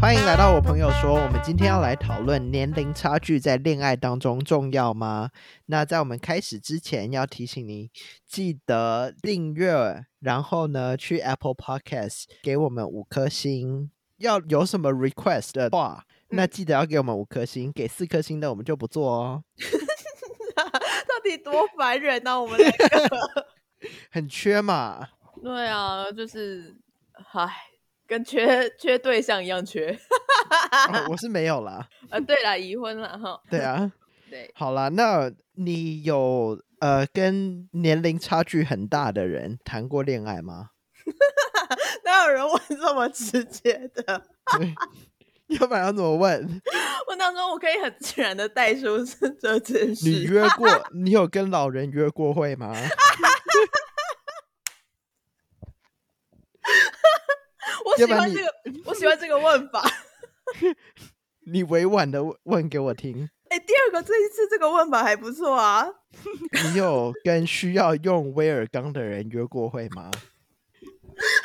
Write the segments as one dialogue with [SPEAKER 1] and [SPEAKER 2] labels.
[SPEAKER 1] 欢迎来到我朋友说，我们今天要来讨论年龄差距在恋爱当中重要吗？那在我们开始之前，要提醒您记得订阅，然后呢去 Apple Podcast 给我们五颗星。要有什么 request 的话，那记得要给我们五颗星，给四颗星的我们就不做哦。
[SPEAKER 2] 到底多烦人啊呢、我们两个。
[SPEAKER 1] 很缺嘛，
[SPEAKER 2] 对啊，就是，唉，跟缺缺对象一样缺。
[SPEAKER 1] 哦我是没有啦。
[SPEAKER 2] 呃，对了，已婚了哈。
[SPEAKER 1] 对啊，
[SPEAKER 2] 对，
[SPEAKER 1] 好啦，那你有呃跟年龄差距很大的人谈过恋爱吗？
[SPEAKER 2] 哪有人问这么直接的？
[SPEAKER 1] 要不然要怎么问？
[SPEAKER 2] 问当 中我可以很自然的带出是这件
[SPEAKER 1] 你
[SPEAKER 2] 事。
[SPEAKER 1] 约过？ 你有跟老人约过会吗？
[SPEAKER 2] 我
[SPEAKER 1] 要
[SPEAKER 2] 喜
[SPEAKER 1] 不然
[SPEAKER 2] 欢这个，我喜欢这个问法。
[SPEAKER 1] 你委婉的问给我听。
[SPEAKER 2] 哎、第二个这一次这个问法还不错啊。
[SPEAKER 1] 你有跟需要用威尔刚的人约过会吗？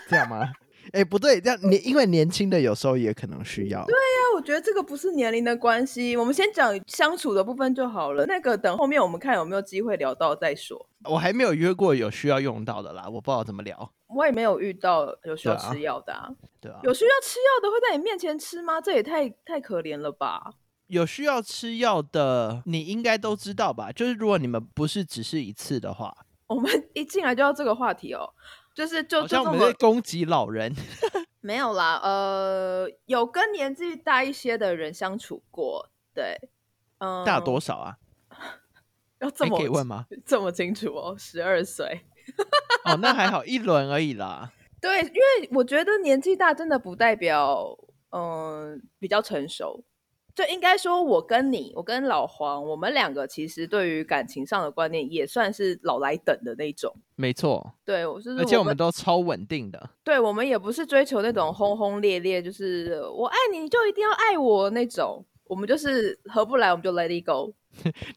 [SPEAKER 1] 这样吗？ 哎、不对，这样你因为年轻的有时候也可能需要。
[SPEAKER 2] 但啊我觉得这个不是年龄的关系，我们先讲相处的部分就好了。那个等后面我们看有没有机会聊到再说。
[SPEAKER 1] 我还没有约过有需要用到的啦，我不知道怎么聊，
[SPEAKER 2] 我也没有遇到有需要
[SPEAKER 1] 对啊
[SPEAKER 2] 吃药的、啊。
[SPEAKER 1] 对吧、
[SPEAKER 2] 有需要吃药的会在你面前吃吗？这也太太可怜了吧！
[SPEAKER 1] 有需要吃药的，你应该都知道吧？就是如果你们不是只是一次的话，
[SPEAKER 2] 我们一进来就要这个话题哦，就是就
[SPEAKER 1] 好
[SPEAKER 2] 就这
[SPEAKER 1] 像我
[SPEAKER 2] 么
[SPEAKER 1] 们在攻击老人。
[SPEAKER 2] 没有啦，呃，有跟年纪大一些的人相处过，对，嗯、
[SPEAKER 1] 大多少啊？
[SPEAKER 2] 要这
[SPEAKER 1] 你
[SPEAKER 2] 么
[SPEAKER 1] 可以问吗？
[SPEAKER 2] 这么清楚哦，十二岁。
[SPEAKER 1] 哦，那还好，一轮而已啦。
[SPEAKER 2] 对，因为我觉得年纪大真的不代表，嗯、比较成熟。就应该说，我跟你，我跟老黄，我们两个其实对于感情上的观念也算是老来等的那种。
[SPEAKER 1] 没错，
[SPEAKER 2] 对，我就是
[SPEAKER 1] 而且我
[SPEAKER 2] 们
[SPEAKER 1] 们都超稳定的。
[SPEAKER 2] 对我们也不是追求
[SPEAKER 1] 嗯
[SPEAKER 2] 那种轰轰烈烈，就是我爱你，你就一定要爱我那种。我们就是合不来，我们就 let it go。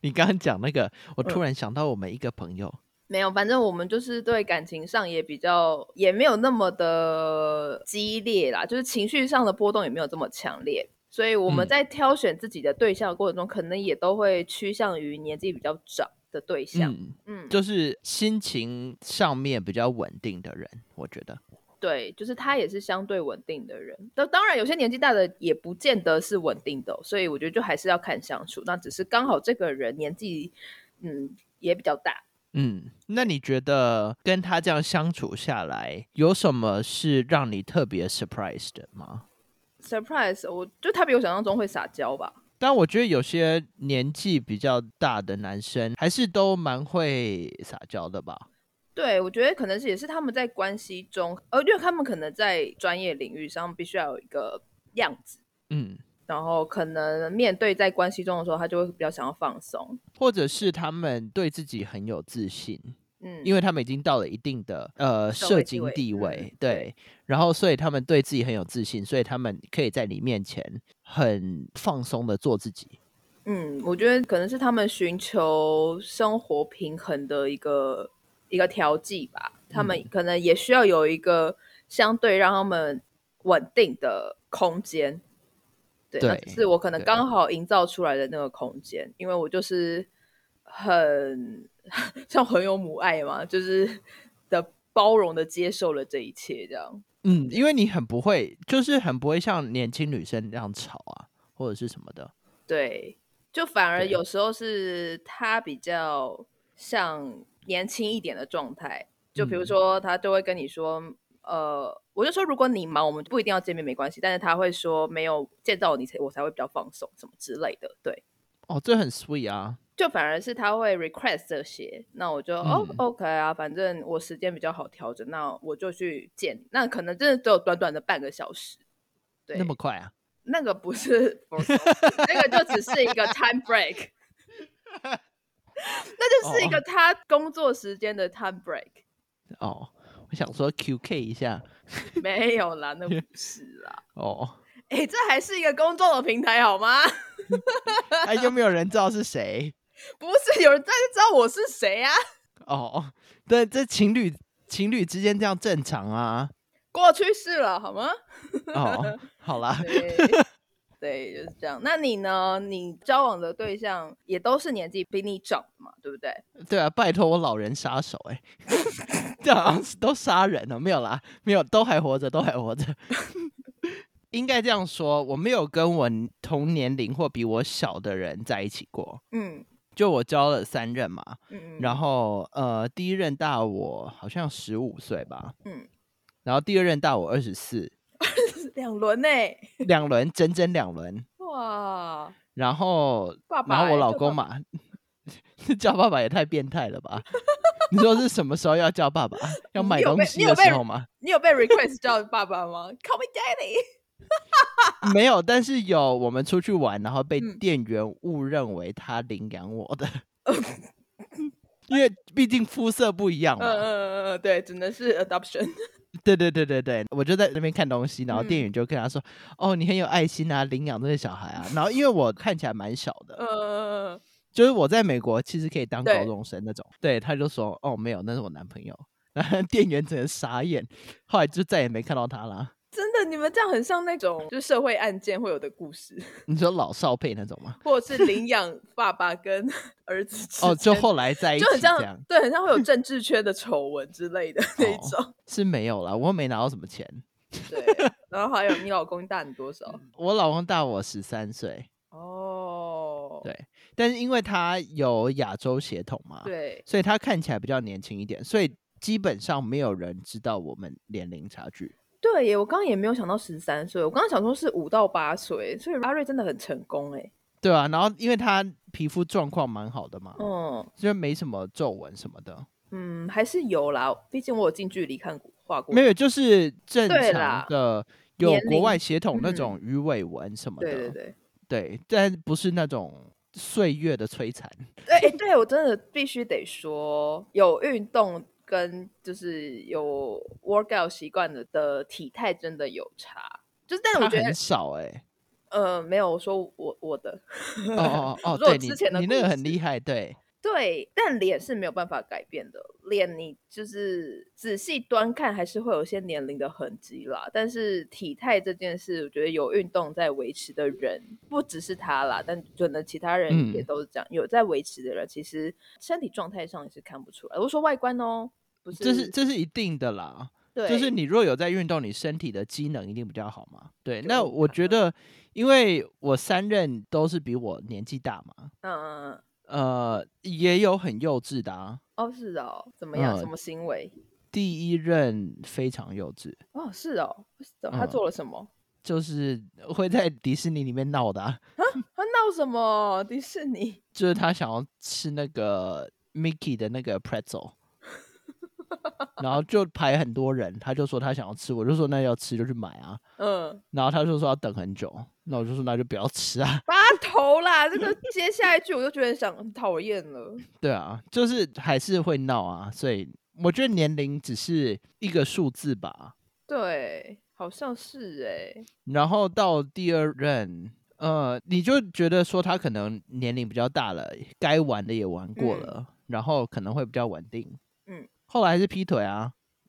[SPEAKER 1] 你刚刚讲那个，我突
[SPEAKER 2] 嗯
[SPEAKER 1] 然想到我们一个朋友，
[SPEAKER 2] 没有，反正我们就是对感情上也比较，也没有那么的激烈啦，就是情绪上的波动也没有这么强烈，所以我们
[SPEAKER 1] 嗯
[SPEAKER 2] 在挑选自己的对象的过程中，可能也都会趋向于年纪比较长的对象。
[SPEAKER 1] 嗯，
[SPEAKER 2] 嗯，
[SPEAKER 1] 就是心情上面比较稳定的人，我觉得
[SPEAKER 2] 对，就是他也是相对稳定的人。那当然，有些年纪大的也不见得是稳定的哦、所以我觉得就还是要看相处。那只是刚好这个人年纪，嗯，也比较大。
[SPEAKER 1] 嗯，那你觉得跟他这样相处下来，有什么是让你特别 surprise 的吗？
[SPEAKER 2] surprise，我就他比我想象中会撒娇吧。
[SPEAKER 1] 但我觉得有些年纪比较大的男生，还是都蛮会撒娇的吧。
[SPEAKER 2] 对，我觉得可能是也是他们在关系中，呃，因为他们可能在专业领域上必须要有一个样子，
[SPEAKER 1] 嗯，
[SPEAKER 2] 然后可能面对在关系中的时候，他就会比较想要放松。
[SPEAKER 1] 或者是他们对自己很有自信，
[SPEAKER 2] 嗯，
[SPEAKER 1] 因
[SPEAKER 2] 为
[SPEAKER 1] 为他们已经到了一定的呃
[SPEAKER 2] 社
[SPEAKER 1] 社
[SPEAKER 2] 会地
[SPEAKER 1] 经
[SPEAKER 2] 位
[SPEAKER 1] 地
[SPEAKER 2] 嗯
[SPEAKER 1] 位，
[SPEAKER 2] 对
[SPEAKER 1] 对，然后所以他们对自己很有自信，所以他们可以在你面前很放松的做自己。
[SPEAKER 2] 嗯，我觉得可能是他们寻求生活平衡的一个一个调剂吧。他
[SPEAKER 1] 嗯
[SPEAKER 2] 们可能也需要有一个相对让他们稳定的空间。对，那
[SPEAKER 1] 对
[SPEAKER 2] 只是我可能
[SPEAKER 1] 对
[SPEAKER 2] 刚好营造出来的那个空间，因为我就是很 像很有母爱嘛，就是的包容的接受了这一切，这样。
[SPEAKER 1] 嗯，因为你很不会，就是很不会像年轻女生那样吵啊，或者是什么的。
[SPEAKER 2] 对，就反而
[SPEAKER 1] 对
[SPEAKER 2] 有时候是他比较像年轻一点的状态，就比如
[SPEAKER 1] 嗯
[SPEAKER 2] 说他就会跟你说，呃，我就说如果你忙，我们不一定要见面，没关系。但是他会说没有见到你才我才会比较放松，什么之类的。对，
[SPEAKER 1] 哦，这很 sweet 啊。
[SPEAKER 2] 就反而是他会 request 这些，那我就、哦
[SPEAKER 1] 嗯
[SPEAKER 2] OK 啊，反正我时间比较好调整，那我就去见你。那可能真的只有短短的半个小时。对，
[SPEAKER 1] 那么快啊？
[SPEAKER 2] 那个不是 for social，那 个就只是一个 time break，那就是一个他工作时间的 time break，、
[SPEAKER 1] 哦，我想说 QK 一下。
[SPEAKER 2] 没有啦，那不是啦。
[SPEAKER 1] 哦，
[SPEAKER 2] 哎、这还是一个公众的平台好吗？
[SPEAKER 1] 哎，有没有人知道是谁？
[SPEAKER 2] 不是有人在知道我是谁啊？
[SPEAKER 1] 哦，对，这情侣情侣之间这样正常啊。
[SPEAKER 2] 过去式了，好吗？
[SPEAKER 1] 哦，好啦，
[SPEAKER 2] 对， 对，就是这样。那你呢？你交往的对象也都是年纪比你长的嘛，对不对？
[SPEAKER 1] 对啊，拜托我老人杀手哎、 欸，这好像是 都杀人了，没有啦，没有，都还活着，都还活着。 应该这样说，我没有跟我同年龄或比我小的人在一起过。
[SPEAKER 2] 嗯
[SPEAKER 1] 就我交了三任嘛，
[SPEAKER 2] 嗯嗯，
[SPEAKER 1] 然后呃，第一任大我好像十五岁吧，
[SPEAKER 2] 嗯，
[SPEAKER 1] 然后第二任大我二十四，
[SPEAKER 2] 两轮呢、
[SPEAKER 1] 两轮整整两轮。
[SPEAKER 2] 哇，
[SPEAKER 1] 然后
[SPEAKER 2] 爸爸、哎
[SPEAKER 1] 然后我老公
[SPEAKER 2] 嘛，
[SPEAKER 1] 嘛，叫爸爸也太变态了吧？你说是什么时候要叫爸爸？要
[SPEAKER 2] 你
[SPEAKER 1] 买
[SPEAKER 2] 有
[SPEAKER 1] 东
[SPEAKER 2] 被
[SPEAKER 1] 西
[SPEAKER 2] 你
[SPEAKER 1] 的
[SPEAKER 2] 有
[SPEAKER 1] 时
[SPEAKER 2] 被
[SPEAKER 1] 候吗？
[SPEAKER 2] 你有被 request 叫爸爸吗？Call me daddy。
[SPEAKER 1] 没有，但是有我们出去玩，然后被
[SPEAKER 2] 嗯
[SPEAKER 1] 店员误认为他领养我 的，因为毕竟肤色不一样
[SPEAKER 2] 嗯嗯
[SPEAKER 1] 嘛。
[SPEAKER 2] 嗯嗯，对，只能是 adoption。
[SPEAKER 1] 对对对对对，我就在那边看东西，然后店
[SPEAKER 2] 嗯
[SPEAKER 1] 员就跟他说：“哦，你很有爱心啊，领养这些小孩啊。”然后因为我看起来蛮小的，
[SPEAKER 2] 嗯，
[SPEAKER 1] 就是我在美国其实可以当高
[SPEAKER 2] 对
[SPEAKER 1] 中生那种。对，他就说：“哦，没有，那是我男朋友。” 然后店员整个傻眼，后来就再也没看到他啦。
[SPEAKER 2] 真的，你们这样很像那种就是社会案件会有的故事，
[SPEAKER 1] 你说老少配那种吗？
[SPEAKER 2] 或者是领养爸爸跟 儿子之
[SPEAKER 1] 哦，就
[SPEAKER 2] 间
[SPEAKER 1] 后来在一起
[SPEAKER 2] 就很
[SPEAKER 1] 这
[SPEAKER 2] 像
[SPEAKER 1] 样，哦
[SPEAKER 2] 对，很像会有政治圈的丑闻之类的那一 种。
[SPEAKER 1] 是没有啦，我没拿到什么钱。
[SPEAKER 2] 对，然后还有你老公大你多少？
[SPEAKER 1] 我老公大我十三岁，
[SPEAKER 2] 哦，
[SPEAKER 1] 对啊但是因为他有亚洲血统嘛，，
[SPEAKER 2] 对，
[SPEAKER 1] 所以他看起来比较年轻一点，所以基本上没有人知道我们年龄差距。
[SPEAKER 2] 对耶！我刚刚也没有想到十三岁，我刚刚想说是五到八岁，所以阿瑞真的很成功哎。
[SPEAKER 1] 对啊，然后因为他皮肤状况蛮好的嘛，
[SPEAKER 2] 嗯
[SPEAKER 1] 就没什么皱纹什么的，
[SPEAKER 2] 嗯，还是有啦，毕竟我有近距离看过画过。
[SPEAKER 1] 没有，就是正
[SPEAKER 2] 对
[SPEAKER 1] 常
[SPEAKER 2] 啦
[SPEAKER 1] 的有
[SPEAKER 2] 年
[SPEAKER 1] 国
[SPEAKER 2] 龄
[SPEAKER 1] 外血统那
[SPEAKER 2] 嗯
[SPEAKER 1] 种鱼尾纹什么的，
[SPEAKER 2] 对对对
[SPEAKER 1] 对但不是那种岁月的摧残。
[SPEAKER 2] 对，哎对我真的必须得说，有运动跟就是有 workout 习惯的的体态真的有差。就是，但是我
[SPEAKER 1] 他
[SPEAKER 2] 觉得
[SPEAKER 1] 很，少哎、
[SPEAKER 2] 呃，没有，我说我我的，
[SPEAKER 1] 哦哦哦，
[SPEAKER 2] 我说我
[SPEAKER 1] 对你
[SPEAKER 2] 之前的
[SPEAKER 1] 你那
[SPEAKER 2] 故
[SPEAKER 1] 个很
[SPEAKER 2] 事
[SPEAKER 1] 厉害，对，
[SPEAKER 2] 对，但脸是没有办法改变的，脸你就是仔细端看还是会有一些年龄的痕迹啦。但是体态这件事，我觉得有运动在维持的人，不只是他啦，但可能其他人也
[SPEAKER 1] 嗯
[SPEAKER 2] 都是这样，有在维持的人，其实身体状态上也是看不出来。我说外观哦，不是，
[SPEAKER 1] 这是这是一定的啦。
[SPEAKER 2] 对，
[SPEAKER 1] 就是你若有在运动，你身体的机能一定比较好嘛。对，
[SPEAKER 2] 就
[SPEAKER 1] 那
[SPEAKER 2] 有
[SPEAKER 1] 我
[SPEAKER 2] 可
[SPEAKER 1] 觉得，因为我三任都是比我年纪大嘛，
[SPEAKER 2] 嗯嗯嗯，
[SPEAKER 1] 呃，也有很幼稚的啊。
[SPEAKER 2] 哦是哦，怎么样，
[SPEAKER 1] 嗯
[SPEAKER 2] 什么行为？
[SPEAKER 1] 第一任非常幼稚，
[SPEAKER 2] 哦是哦，是哦他
[SPEAKER 1] 嗯
[SPEAKER 2] 做了什么？
[SPEAKER 1] 就是会在迪士尼里面闹的、啊，
[SPEAKER 2] 他闹什么？迪士尼？
[SPEAKER 1] 就是他想要吃那个 Mickey 的那个 pretzel，然后就排很多人，他就说他想要吃，我就说那要吃就去买啊。
[SPEAKER 2] 嗯。
[SPEAKER 1] 然后他就说要等很久，那我就说那就不要吃啊。
[SPEAKER 2] 拔头啦！这个接下一句我就觉得想很讨厌了。
[SPEAKER 1] 对啊，就是还是会闹啊，所以我觉得年龄只是一个数字吧。
[SPEAKER 2] 对，好像是哎、
[SPEAKER 1] 然后到第二任，呃，你就觉得说他可能年龄比较大了，该玩的也玩过
[SPEAKER 2] 嗯
[SPEAKER 1] 了，然后可能会比较稳定。
[SPEAKER 2] 嗯，
[SPEAKER 1] 后来还是劈腿啊，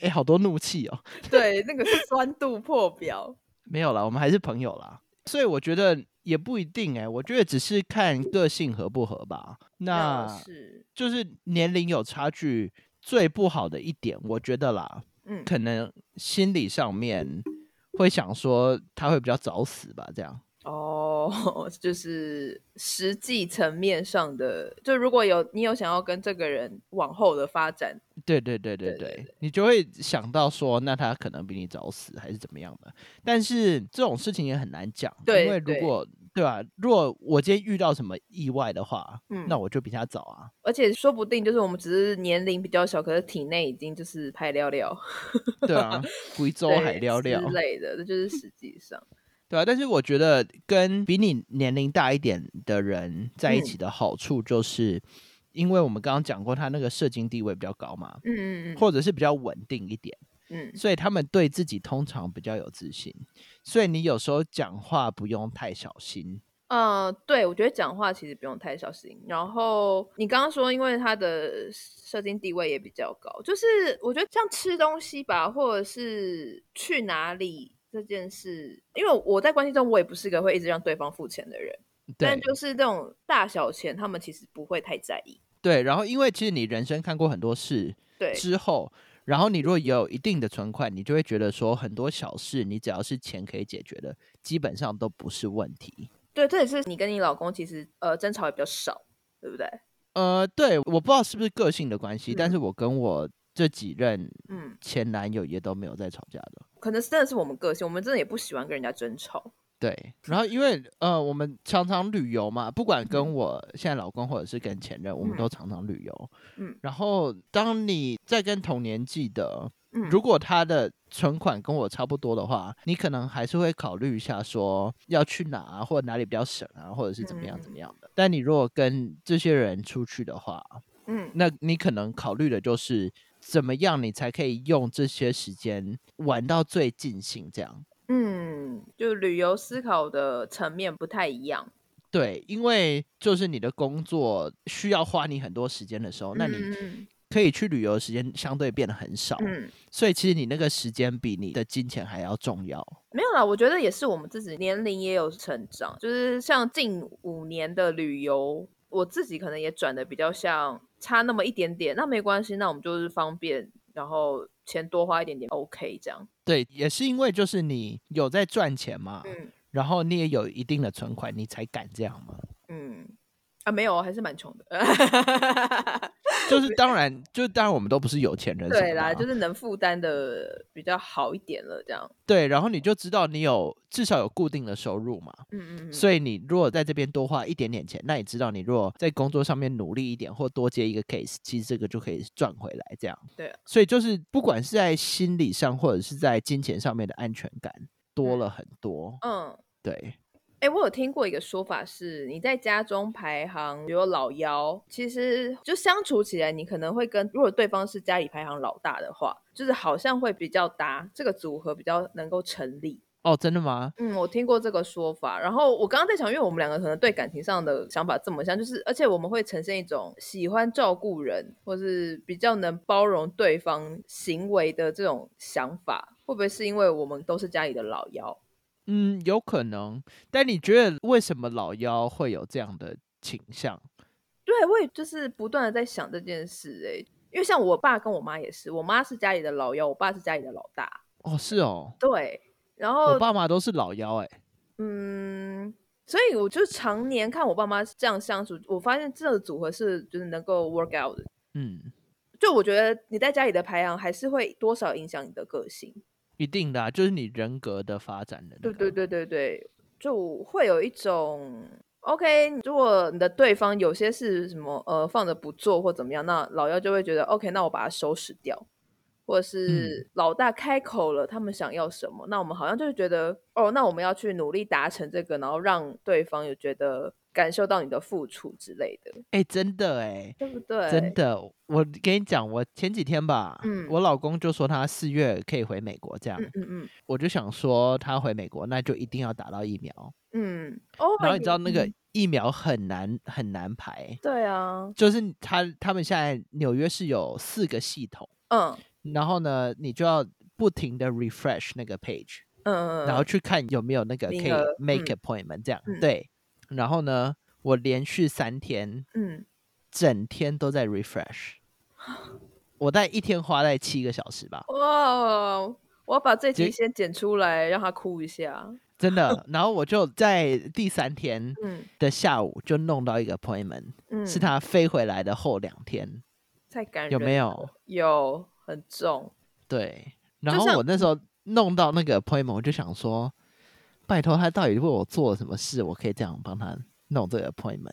[SPEAKER 1] 哎，好多怒气哦。
[SPEAKER 2] 对，那个酸度破表。
[SPEAKER 1] 没有啦，我们还是朋友啦。所以我觉得也不一定哎、我觉得只是看个性合不合吧。那
[SPEAKER 2] 是，
[SPEAKER 1] 就是年龄有差距，最不好的一点，我觉得啦，
[SPEAKER 2] 嗯，
[SPEAKER 1] 可能心理上面会想说他会比较早死吧，这样。
[SPEAKER 2] 哦， 就是实际层面上的，就如果有你有想要跟这个人往后的发展，
[SPEAKER 1] 对对对对
[SPEAKER 2] 对对
[SPEAKER 1] 对，你就会想到说，那他可能比你早死还是怎么样的。但是这种事情也很难讲，
[SPEAKER 2] 对
[SPEAKER 1] 因为如
[SPEAKER 2] 对
[SPEAKER 1] 果对吧、如果我今天遇到什么意外的话，
[SPEAKER 2] 嗯
[SPEAKER 1] 那我就比他早啊。
[SPEAKER 2] 而且说不定就是我们只是年龄比较小，可是体内已经就是拍料料，
[SPEAKER 1] 对 啊，贵州海
[SPEAKER 2] 对
[SPEAKER 1] 聊聊
[SPEAKER 2] 之，类的，这就是实际上。
[SPEAKER 1] 对啊。但是我觉得跟比你年龄大一点的人在一
[SPEAKER 2] 嗯
[SPEAKER 1] 起的好处，就是因为我们刚刚讲过，他那个社经地位比较高嘛，
[SPEAKER 2] 嗯嗯嗯
[SPEAKER 1] 或者是比较稳定一点，
[SPEAKER 2] 嗯，
[SPEAKER 1] 所以他们对自己通常比较有自信。所以你有时候讲话不用太小心，
[SPEAKER 2] 嗯，对，我觉得讲话其实不用太小心。然后你刚刚说，因为他的社经地位也比较高，就是我觉得像吃东西吧，或者是去哪里这件事，因为我在关系中我也不是一个会一直让对方付钱的人，但
[SPEAKER 1] 对
[SPEAKER 2] 就是这种大小钱，他们其实不会太在意。
[SPEAKER 1] 对，然后因为其实你人生看过很多事
[SPEAKER 2] 对，
[SPEAKER 1] 之后，然后你如果有一定的存款，你就会觉得说很多小事，你只要是钱可以解决的，基本上都不是问题。
[SPEAKER 2] 对，这也是你跟你老公其实呃争吵也比较少，对不对？
[SPEAKER 1] 呃，对，我不知道是不是个性的关系，但
[SPEAKER 2] 嗯
[SPEAKER 1] 是我跟我这几任
[SPEAKER 2] 嗯，
[SPEAKER 1] 前男友也都没有在吵架的。
[SPEAKER 2] 可能是真的是我们个性，我们真的也不喜欢跟人家争吵。
[SPEAKER 1] 对，然后因为呃，我们常常旅游嘛，不管跟我现在老公或者是跟前任，我们
[SPEAKER 2] 嗯
[SPEAKER 1] 都常常旅游。
[SPEAKER 2] 嗯
[SPEAKER 1] 然后当你在跟同年纪的，
[SPEAKER 2] 嗯，
[SPEAKER 1] 如果他的存款跟我差不多的话，你可能还是会考虑一下说要去哪、啊、或者哪里比较省啊，或者是怎
[SPEAKER 2] 嗯
[SPEAKER 1] 么样怎么样的。但你如果跟这些人出去的话，
[SPEAKER 2] 嗯
[SPEAKER 1] 那你可能考虑的就是怎么样你才可以用这些时间玩到最尽兴，这样。
[SPEAKER 2] 嗯，就旅游思考的层面不太一样。
[SPEAKER 1] 对，因为就是你的工作需要花你很多时间的时候，哦那你哦
[SPEAKER 2] 嗯
[SPEAKER 1] 可以去旅游的时间相对变得很少，
[SPEAKER 2] 嗯，
[SPEAKER 1] 所以其实你那个时间比你的金钱还要重要。
[SPEAKER 2] 没有啦，我觉得也是我们自己年龄也有成长，就是像近五年的旅游，我自己可能也转的比较像差那么一点点，那没关系，那我们就是方便，然后钱多花一点点，OK 这样。
[SPEAKER 1] 对，也是因为就是你有在赚钱嘛，
[SPEAKER 2] 嗯
[SPEAKER 1] 然后你也有一定的存款，你才敢这样嘛。
[SPEAKER 2] 嗯，啊没有啊，还是蛮穷的。
[SPEAKER 1] 就是当然，就是当然，我们都不是有钱人什么的啊，
[SPEAKER 2] 对啦，就是能负担的比较好一点了，这样。
[SPEAKER 1] 对，然后你就知道你有至少有固定的收入嘛，
[SPEAKER 2] 嗯嗯嗯，
[SPEAKER 1] 所以你如果在这边多花一点点钱，那你知道你如果在工作上面努力一点，或多接一个 case，其实这个就可以赚回来。这样，
[SPEAKER 2] 对啊
[SPEAKER 1] 所以就是不管是在心理上或者是在金钱上面的安全感多
[SPEAKER 2] 嗯
[SPEAKER 1] 了很多。
[SPEAKER 2] 嗯。
[SPEAKER 1] 对，
[SPEAKER 2] 哎、我有听过一个说法是，你在家中排行，比如老幺，其实就相处起来，你可能会跟如果对方是家里排行老大的话，就是好像会比较搭，这个组合比较能够成立。
[SPEAKER 1] 哦，真的吗？
[SPEAKER 2] 嗯，我听过这个说法。然后我刚刚在想，因为我们两个可能对感情上的想法这么像，就是而且我们会呈现一种喜欢照顾人，或是比较能包容对方行为的这种想法，会不会是因为我们都是家里的老幺？
[SPEAKER 1] 嗯，有可能。但你觉得为什么老妖会有这样的倾向？
[SPEAKER 2] 对，我也就是不断的在想这件事哎、因为像我爸跟我妈也是，我妈是家里的老幺，我爸是家里的老大，
[SPEAKER 1] 哦，是哦，
[SPEAKER 2] 对，然
[SPEAKER 1] 我
[SPEAKER 2] 后
[SPEAKER 1] 爸妈都是老妖哎、
[SPEAKER 2] 嗯，所以我就常年看我爸妈这样相处，我发现这个组合是就是能够 work out 的。
[SPEAKER 1] 嗯，
[SPEAKER 2] 就我觉得你在家里的排行还是会多少影响你的个性，
[SPEAKER 1] 一定的、啊，就是你人格的发展的、
[SPEAKER 2] 对对，对对对，就会有一种 OK，如果你的对方有些是什么呃放着不做或怎么样，那老幺就会觉得 OK，那我把它收拾掉，或
[SPEAKER 1] 嗯
[SPEAKER 2] 者是老大开口了，他们想要什么，那我们好像就是觉得哦，那我们要去努力达成这个，然后让对方有觉得感受到你的付出之类的，
[SPEAKER 1] 哎、真的哎、
[SPEAKER 2] 对不对？
[SPEAKER 1] 真的，我跟你讲，我前几天吧，
[SPEAKER 2] 嗯
[SPEAKER 1] 我老公就说他四月可以回美国，这样、
[SPEAKER 2] 嗯嗯嗯
[SPEAKER 1] 我就想说他回美国，那就一定要打到疫苗。
[SPEAKER 2] 嗯，哦，
[SPEAKER 1] 然后你知道那个
[SPEAKER 2] 嗯
[SPEAKER 1] 疫苗很难很难排，
[SPEAKER 2] 对啊，
[SPEAKER 1] 就是他他们现在纽约是有四个系统，
[SPEAKER 2] 嗯
[SPEAKER 1] 然后呢，你就要不停的 refresh 那个 page，、
[SPEAKER 2] 嗯嗯，
[SPEAKER 1] 然后去看有没有那个可
[SPEAKER 2] 名
[SPEAKER 1] 以
[SPEAKER 2] 额
[SPEAKER 1] make
[SPEAKER 2] 嗯
[SPEAKER 1] appointment 这样、
[SPEAKER 2] 嗯
[SPEAKER 1] 对。然后呢，我连续三天
[SPEAKER 2] 嗯，
[SPEAKER 1] 整天都在 refresh，我大概一天花在七个小时吧，
[SPEAKER 2] 哇，哦我要把这
[SPEAKER 1] 结
[SPEAKER 2] 题先剪出来，让他哭一下。
[SPEAKER 1] 真 的。然后我就在第三天
[SPEAKER 2] 嗯
[SPEAKER 1] 的下午就弄到一个 appointment，、
[SPEAKER 2] 嗯，
[SPEAKER 1] 是他飞回来的后两天，
[SPEAKER 2] 太感人，
[SPEAKER 1] 有没？有？
[SPEAKER 2] 有，很重。
[SPEAKER 1] 对。然
[SPEAKER 2] 就
[SPEAKER 1] 后
[SPEAKER 2] 像
[SPEAKER 1] 我那时候弄到那个 appointment，我就想说，拜托他到底为我做了什么事，我可以这样帮他弄这个 appointment。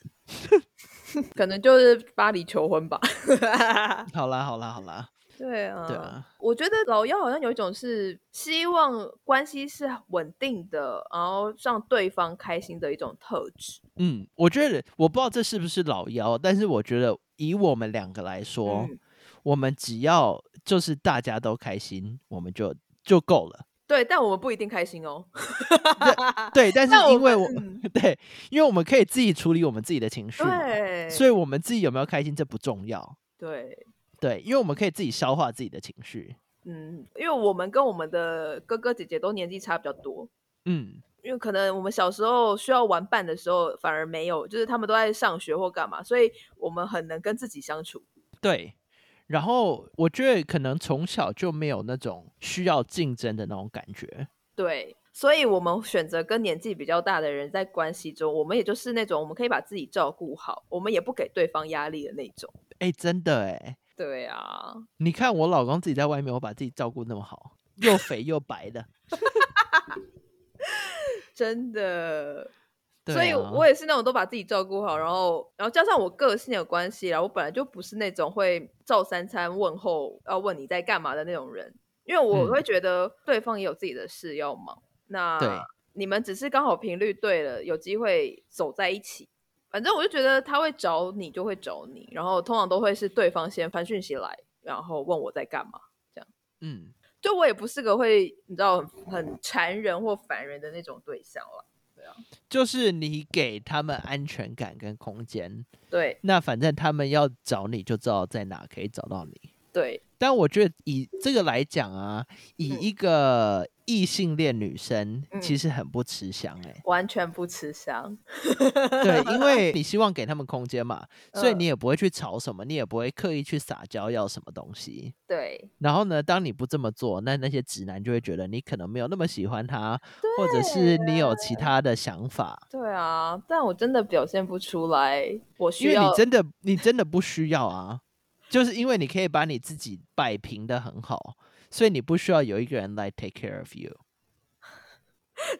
[SPEAKER 2] 可能就是巴黎求婚吧。啊
[SPEAKER 1] 好啦，好啦，好啦，
[SPEAKER 2] 对 啊，
[SPEAKER 1] 对啊，
[SPEAKER 2] 我觉得老幺好像有一种是希望关系是稳定的，然后让对方开心的一种特质。
[SPEAKER 1] 嗯，我觉得我不知道这是不是老妖，但是我觉得以我们两个来说，
[SPEAKER 2] 嗯
[SPEAKER 1] 我们只要就是大家都开心，我们就就够了。
[SPEAKER 2] 对，但我们不一定开心哦。
[SPEAKER 1] 对，但是
[SPEAKER 2] 啊那
[SPEAKER 1] 因为我
[SPEAKER 2] 们嗯
[SPEAKER 1] 对，因为我们可以自己处理我们自己的情绪嘛，
[SPEAKER 2] 对，
[SPEAKER 1] 所以我们自己有没有开心这不重要，
[SPEAKER 2] 对，
[SPEAKER 1] 对，因为我们可以自己消化自己的情绪。
[SPEAKER 2] 嗯，因为我们跟我们的哥哥姐姐都年纪差比较多，
[SPEAKER 1] 嗯，
[SPEAKER 2] 因为可能我们小时候需要玩伴的时候反而没有，就是他们都在上学或干嘛，所以我们很能跟自己相处。
[SPEAKER 1] 对。然后我觉得可能从小就没有那种需要竞争的那种感觉。
[SPEAKER 2] 对，所以我们选择跟年纪比较大的人在关系中，我们也就是那种我们可以把自己照顾好，我们也不给对方压力的那种。
[SPEAKER 1] 哎，真的哎，
[SPEAKER 2] 对啊，
[SPEAKER 1] 你看我老公自己在外面，我把自己照顾那么好，又肥又白的。
[SPEAKER 2] 真的。
[SPEAKER 1] 对
[SPEAKER 2] 所以
[SPEAKER 1] 啊
[SPEAKER 2] 我也是那种都把自己照顾好，然后然后加上我个性有关系啦，我本来就不是那种会照三餐问候要问你在干嘛的那种人，因为我
[SPEAKER 1] 嗯
[SPEAKER 2] 会觉得对方也有自己的事要忙。
[SPEAKER 1] 对
[SPEAKER 2] 那你们只是刚好频率对了，有机会走在一起。反正我就觉得他会找你就会找你，然后通常都会是对方先翻讯息来，然后问我在干嘛。
[SPEAKER 1] 嗯，
[SPEAKER 2] 就我也不是个会你知道很缠人或烦人的那种对象了。
[SPEAKER 1] 就是你给他们安全感跟空间，
[SPEAKER 2] 对，
[SPEAKER 1] 那反正他们要找你就知道在哪可以找到你。
[SPEAKER 2] 对，
[SPEAKER 1] 但我觉得以这个来讲啊，以
[SPEAKER 2] 嗯
[SPEAKER 1] 一个异性恋女生、
[SPEAKER 2] 嗯
[SPEAKER 1] 其实很不吃香哎、
[SPEAKER 2] 完全不吃香。
[SPEAKER 1] 对，因为你希望给他们空间嘛，所以
[SPEAKER 2] 嗯
[SPEAKER 1] 你也不会去吵什么，你也不会刻意去撒娇要什么东西。
[SPEAKER 2] 对，
[SPEAKER 1] 然后呢，当你不这么做，那那些直男就会觉得你可能没有那么喜欢他，或者是你有其他的想法，
[SPEAKER 2] 对啊，但我真的表现不出来，我
[SPEAKER 1] 因
[SPEAKER 2] 需
[SPEAKER 1] 为
[SPEAKER 2] 要
[SPEAKER 1] 你真的你真的不需要啊，就是因为你可以把你自己摆平的很好，所以你不需要有一个人来 take care of you。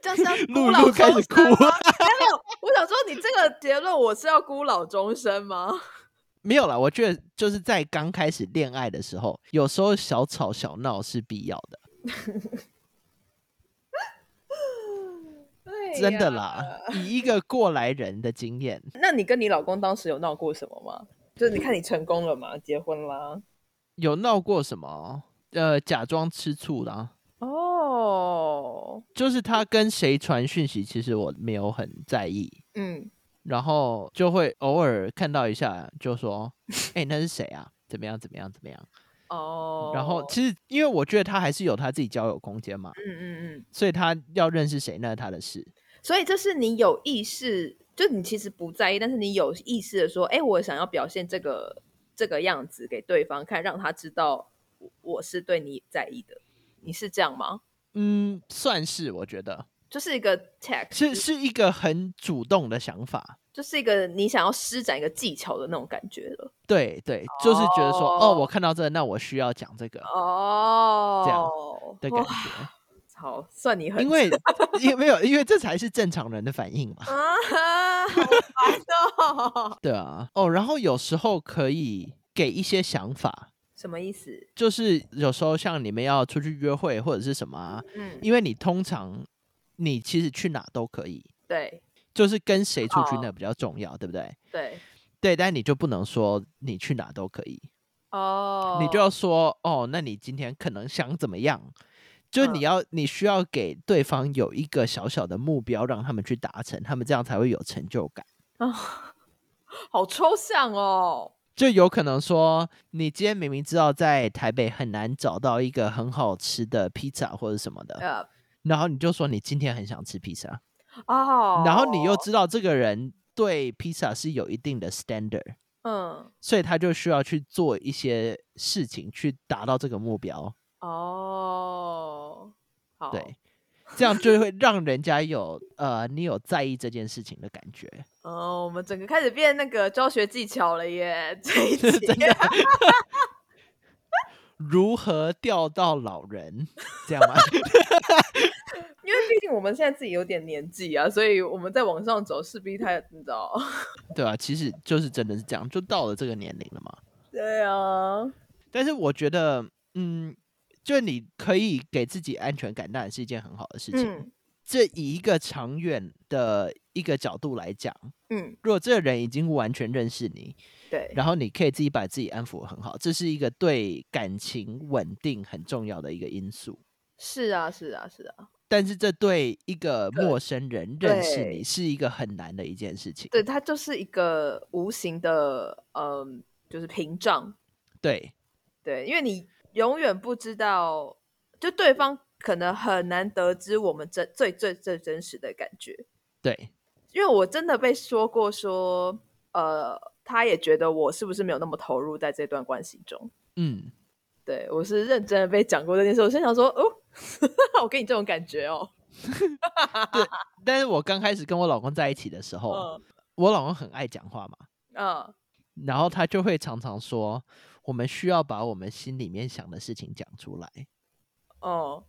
[SPEAKER 2] 这 样是要
[SPEAKER 1] 露
[SPEAKER 2] 孤老啊
[SPEAKER 1] 露开始
[SPEAKER 2] 终身
[SPEAKER 1] 哭
[SPEAKER 2] 吗 没有，我想说你这个结论我是要孤老终身吗？
[SPEAKER 1] 没有啦，我觉得就是在刚开始恋爱的时候，有时候小吵小闹是必要的，
[SPEAKER 2] 对
[SPEAKER 1] 真的
[SPEAKER 2] 呀。
[SPEAKER 1] 啦。以一个过来人的经验，
[SPEAKER 2] 那你跟你老公当时有闹过什么吗？就是你看你成功了吗？结婚啦？
[SPEAKER 1] 有闹过什么？呃，假装吃醋啦，
[SPEAKER 2] 哦，
[SPEAKER 1] 就是他跟谁传讯息，其实我没有很在意，
[SPEAKER 2] 嗯，
[SPEAKER 1] 然后就会偶尔看到一下，就说：“哎、那是谁啊？怎么样？怎么样？怎么样
[SPEAKER 2] 哦？”，
[SPEAKER 1] 然后其实因为我觉得他还是有他自己交友空间嘛，
[SPEAKER 2] 嗯嗯嗯，
[SPEAKER 1] 所以他要认识谁那是他的事。
[SPEAKER 2] 所以这是你有意识，就你其实不在意，但是你有意识的说，哎，我想要表现这个这个样子给对方看，让他知道我我是对你在意的。你是这样吗？
[SPEAKER 1] 嗯，算是我觉得。
[SPEAKER 2] 就是一个 tag，
[SPEAKER 1] 是是一个很主动的想法。
[SPEAKER 2] 就是一个你想要施展一个技巧的那种感觉了。
[SPEAKER 1] 对对，就是觉得说，哦，
[SPEAKER 2] 哦
[SPEAKER 1] 我看到这个那我需要讲这个
[SPEAKER 2] 哦，
[SPEAKER 1] 这样的感
[SPEAKER 2] 哇，
[SPEAKER 1] 觉，
[SPEAKER 2] 好，算你很
[SPEAKER 1] 因为因为没有，因为这才是正常人的反应嘛。
[SPEAKER 2] 啊，好烦哦，
[SPEAKER 1] 对啊，哦，然后有时候可以给一些想法，
[SPEAKER 2] 什么意思？
[SPEAKER 1] 就是有时候像你们要出去约会或者是什么啊、
[SPEAKER 2] 嗯，
[SPEAKER 1] 因为你通常你其实去哪都可以，
[SPEAKER 2] 对
[SPEAKER 1] 就是跟谁出去
[SPEAKER 2] 哦
[SPEAKER 1] 那比较重要，对不对？
[SPEAKER 2] 对，
[SPEAKER 1] 对，但你就不能说你去哪都可以，
[SPEAKER 2] 哦，
[SPEAKER 1] 你就要说哦，那你今天可能想怎么样？就你
[SPEAKER 2] 嗯
[SPEAKER 1] 要，你需要给对方有一个小小的目标，让他们去达成，他们这样才会有成就感。
[SPEAKER 2] 啊，好抽象哦。
[SPEAKER 1] 就有可能说，你今天明明知道在台北很难找到一个很好吃的披萨或者什么的，
[SPEAKER 2] 呃，
[SPEAKER 1] 然后你就说你今天很想吃披萨，
[SPEAKER 2] 哦，
[SPEAKER 1] 然后你又知道这个人对披萨是有一定的 standard，
[SPEAKER 2] 嗯，
[SPEAKER 1] 所以他就需要去做一些事情去达到这个目标。
[SPEAKER 2] 哦，好，
[SPEAKER 1] 对，
[SPEAKER 2] 哦
[SPEAKER 1] 这样就会让人家有呃，你有在意这件事情的感觉。
[SPEAKER 2] 哦，我们整个开始变那个教学技巧了耶，这一集
[SPEAKER 1] 真的如何钓到老人，这样吗？
[SPEAKER 2] 因为毕竟我们现在自己有点年纪啊，所以我们在往上走，势必他你知道，
[SPEAKER 1] 对啊，其实就是真的是这样，就到了这个年龄了嘛。
[SPEAKER 2] 对啊，
[SPEAKER 1] 但是我觉得，嗯，就你可以给自己安全感，当然是一件很好的事情。
[SPEAKER 2] 嗯
[SPEAKER 1] 这以一个长远的一个角度来讲，
[SPEAKER 2] 嗯，
[SPEAKER 1] 如果这个人已经完全认识你，
[SPEAKER 2] 对，
[SPEAKER 1] 然后你可以自己把自己安抚得很好，这是一个对感情稳定很重要的一个因素。
[SPEAKER 2] 是啊，是啊，是啊，
[SPEAKER 1] 但是这对一个陌生人认识
[SPEAKER 2] 对
[SPEAKER 1] 你是一个很难的一件事情。
[SPEAKER 2] 对，它就是一个无形的，嗯，就是屏障。
[SPEAKER 1] 对
[SPEAKER 2] 对，因为你永远不知道，就对方可能很难得知我们真最最最真实的感觉。
[SPEAKER 1] 对
[SPEAKER 2] 因为我真的被说过说，呃，他也觉得我是不是没有那么投入在这段关系中。
[SPEAKER 1] 嗯，
[SPEAKER 2] 对我是认真的被讲过这件事，我心想说，哦， 我给你这种感觉哦，
[SPEAKER 1] 但是我刚开始跟我老公在一起的时候，
[SPEAKER 2] 嗯
[SPEAKER 1] 我老公很爱讲话嘛，
[SPEAKER 2] 嗯，
[SPEAKER 1] 然后他就会常常说，我们需要把我们心里面想的事情讲出来。
[SPEAKER 2] 哦、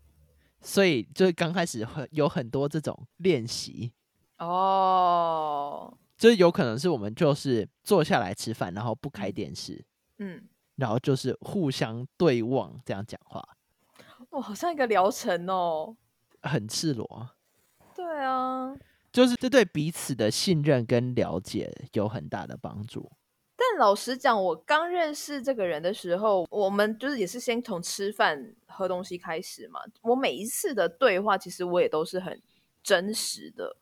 [SPEAKER 1] 所以就是刚开始会有很多这种练习，
[SPEAKER 2] 哦，
[SPEAKER 1] 就是有可能是我们就是坐下来吃饭，然后不开电视，
[SPEAKER 2] 嗯，
[SPEAKER 1] 然后就是互相对望这样讲话，
[SPEAKER 2] 哇，哦好像一个疗程哦。
[SPEAKER 1] 很赤裸，
[SPEAKER 2] 对啊，
[SPEAKER 1] 就是这对彼此的信任跟了解有很大的帮助。
[SPEAKER 2] 但老实讲，我刚认识这个人的时候，我们就是也是先从吃饭、喝东西开始嘛。我每一次的对话，其实我也都是很真实的，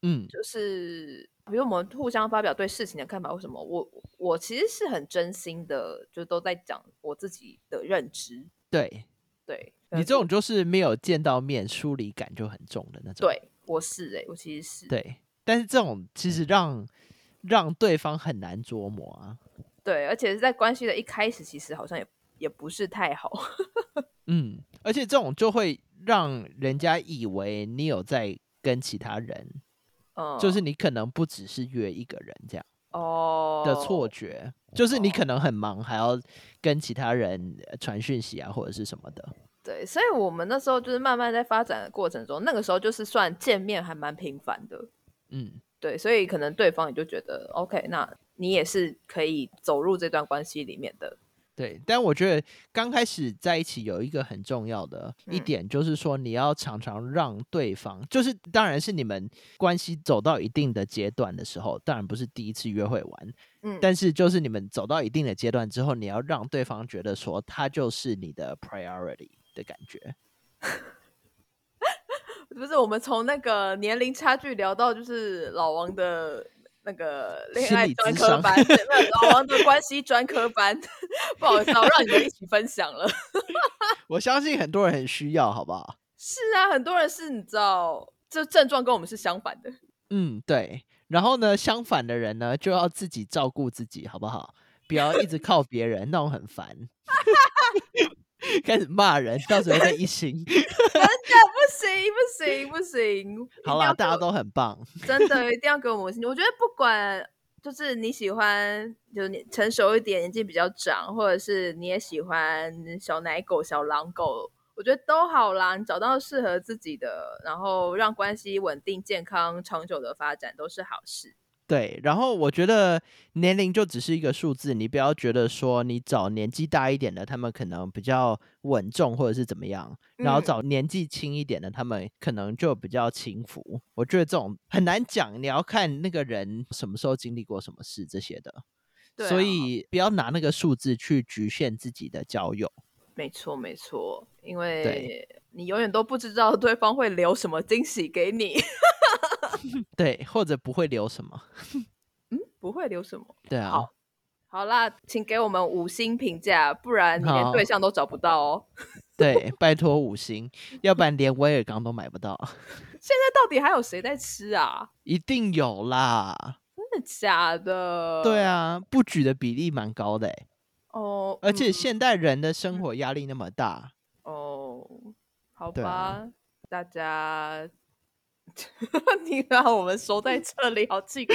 [SPEAKER 1] 嗯，
[SPEAKER 2] 就是比如我们互相发表对事情的看法，或什么，我我其实是很真心的，就都在讲我自己的认知。
[SPEAKER 1] 对
[SPEAKER 2] 对，呃
[SPEAKER 1] 你这种就是没有见到面，疏离感就很重的那种。
[SPEAKER 2] 对我是哎、我其实是
[SPEAKER 1] 对，但是这种其实让让对方很难琢磨啊。
[SPEAKER 2] 对，而且是在关系的一开始，其实好像也也不是太好。
[SPEAKER 1] 嗯，而且这种就会让人家以为你有在跟其他人，
[SPEAKER 2] 嗯，
[SPEAKER 1] 就是你可能不只是约一个人这样
[SPEAKER 2] 哦
[SPEAKER 1] 的错觉，就是你
[SPEAKER 2] 哦
[SPEAKER 1] 可能很忙，还要跟其他人呃传讯息啊或者是什么的。
[SPEAKER 2] 对，所以我们那时候就是慢慢在发展的过程中，那个时候就是算见面还蛮频繁的，
[SPEAKER 1] 嗯，
[SPEAKER 2] 对，所以可能对方也就觉得 OK，那你也是可以走入这段关系里面的，
[SPEAKER 1] 对。但我觉得刚开始在一起有一个很重要的一
[SPEAKER 2] 嗯
[SPEAKER 1] 点，就是说你要常常让对方，就是当然是你们关系走到一定的阶段的时候，当然不是第一次约会完，
[SPEAKER 2] 嗯，
[SPEAKER 1] 但是就是你们走到一定的阶段之后，你要让对方觉得说他就是你的 priority 的感觉。
[SPEAKER 2] 不是我们从那个年龄差距聊到就是老王的那个恋
[SPEAKER 1] 心
[SPEAKER 2] 爱
[SPEAKER 1] 理
[SPEAKER 2] 专
[SPEAKER 1] 咨
[SPEAKER 2] 科
[SPEAKER 1] 商
[SPEAKER 2] 班， 对没有老王的关系专科班，不好意思啊，我让你们一起分 享了。
[SPEAKER 1] 我相信很多人很需要，好不好？
[SPEAKER 2] 是啊，很多人是你知道，这症状跟我们是相反的，
[SPEAKER 1] 嗯，对。然后呢，相反的人呢，就要自己照顾自己，好不好？不要一直靠别人，那种很烦。 开始骂人，到时候被 一星。
[SPEAKER 2] 不行不行不行，
[SPEAKER 1] 好
[SPEAKER 2] 了
[SPEAKER 1] 啦，，大家都很棒。
[SPEAKER 2] 真的一定要给我们五星。我觉得不管就是你喜欢，就是你成熟一点，年纪比较长，或者是你也喜欢小奶狗、小狼狗，我觉得都好啦。你找到适合自己的，然后让关系稳定、健康、长久的发展都是好事。
[SPEAKER 1] 对，然后我觉得年龄就只是一个数字，你不要觉得说你找年纪大一点的，他们可能比较稳重或者是怎么样，然后
[SPEAKER 2] 嗯
[SPEAKER 1] 找年纪轻一点的，他们可能就比较轻浮。我觉得这种很难讲，你要看那个人什么时候经历过什么事这些的，
[SPEAKER 2] 对、啊
[SPEAKER 1] 所，以不要拿那个数字去局限自己的交友。
[SPEAKER 2] 没错没错，因为你永远都不知道对方会留什么惊喜给你，
[SPEAKER 1] 对，或者不会留什么。
[SPEAKER 2] 嗯不会留什么。
[SPEAKER 1] 对啊，
[SPEAKER 2] 好好啦，请给我们五星评价，不然你连
[SPEAKER 1] 好
[SPEAKER 2] 对象都找不到哦。
[SPEAKER 1] 对，拜托五星，要不然连威尔刚都买不到，
[SPEAKER 2] 现在到底还有谁在吃啊？
[SPEAKER 1] 一定有 啦。
[SPEAKER 2] 真的假的？
[SPEAKER 1] 对，啊，不举的比例蛮高的欸，
[SPEAKER 2] 哦，
[SPEAKER 1] 而且
[SPEAKER 2] 嗯
[SPEAKER 1] 现代人的生活压力那么大，
[SPEAKER 2] 哦，好
[SPEAKER 1] 对
[SPEAKER 2] 吧，
[SPEAKER 1] 啊
[SPEAKER 2] 大家， 你把我们收在这里，好奇怪。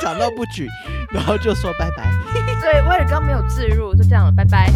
[SPEAKER 1] 讲到不举，然后就说拜拜。
[SPEAKER 2] 对，威尔刚没有置入，就这样了，拜拜。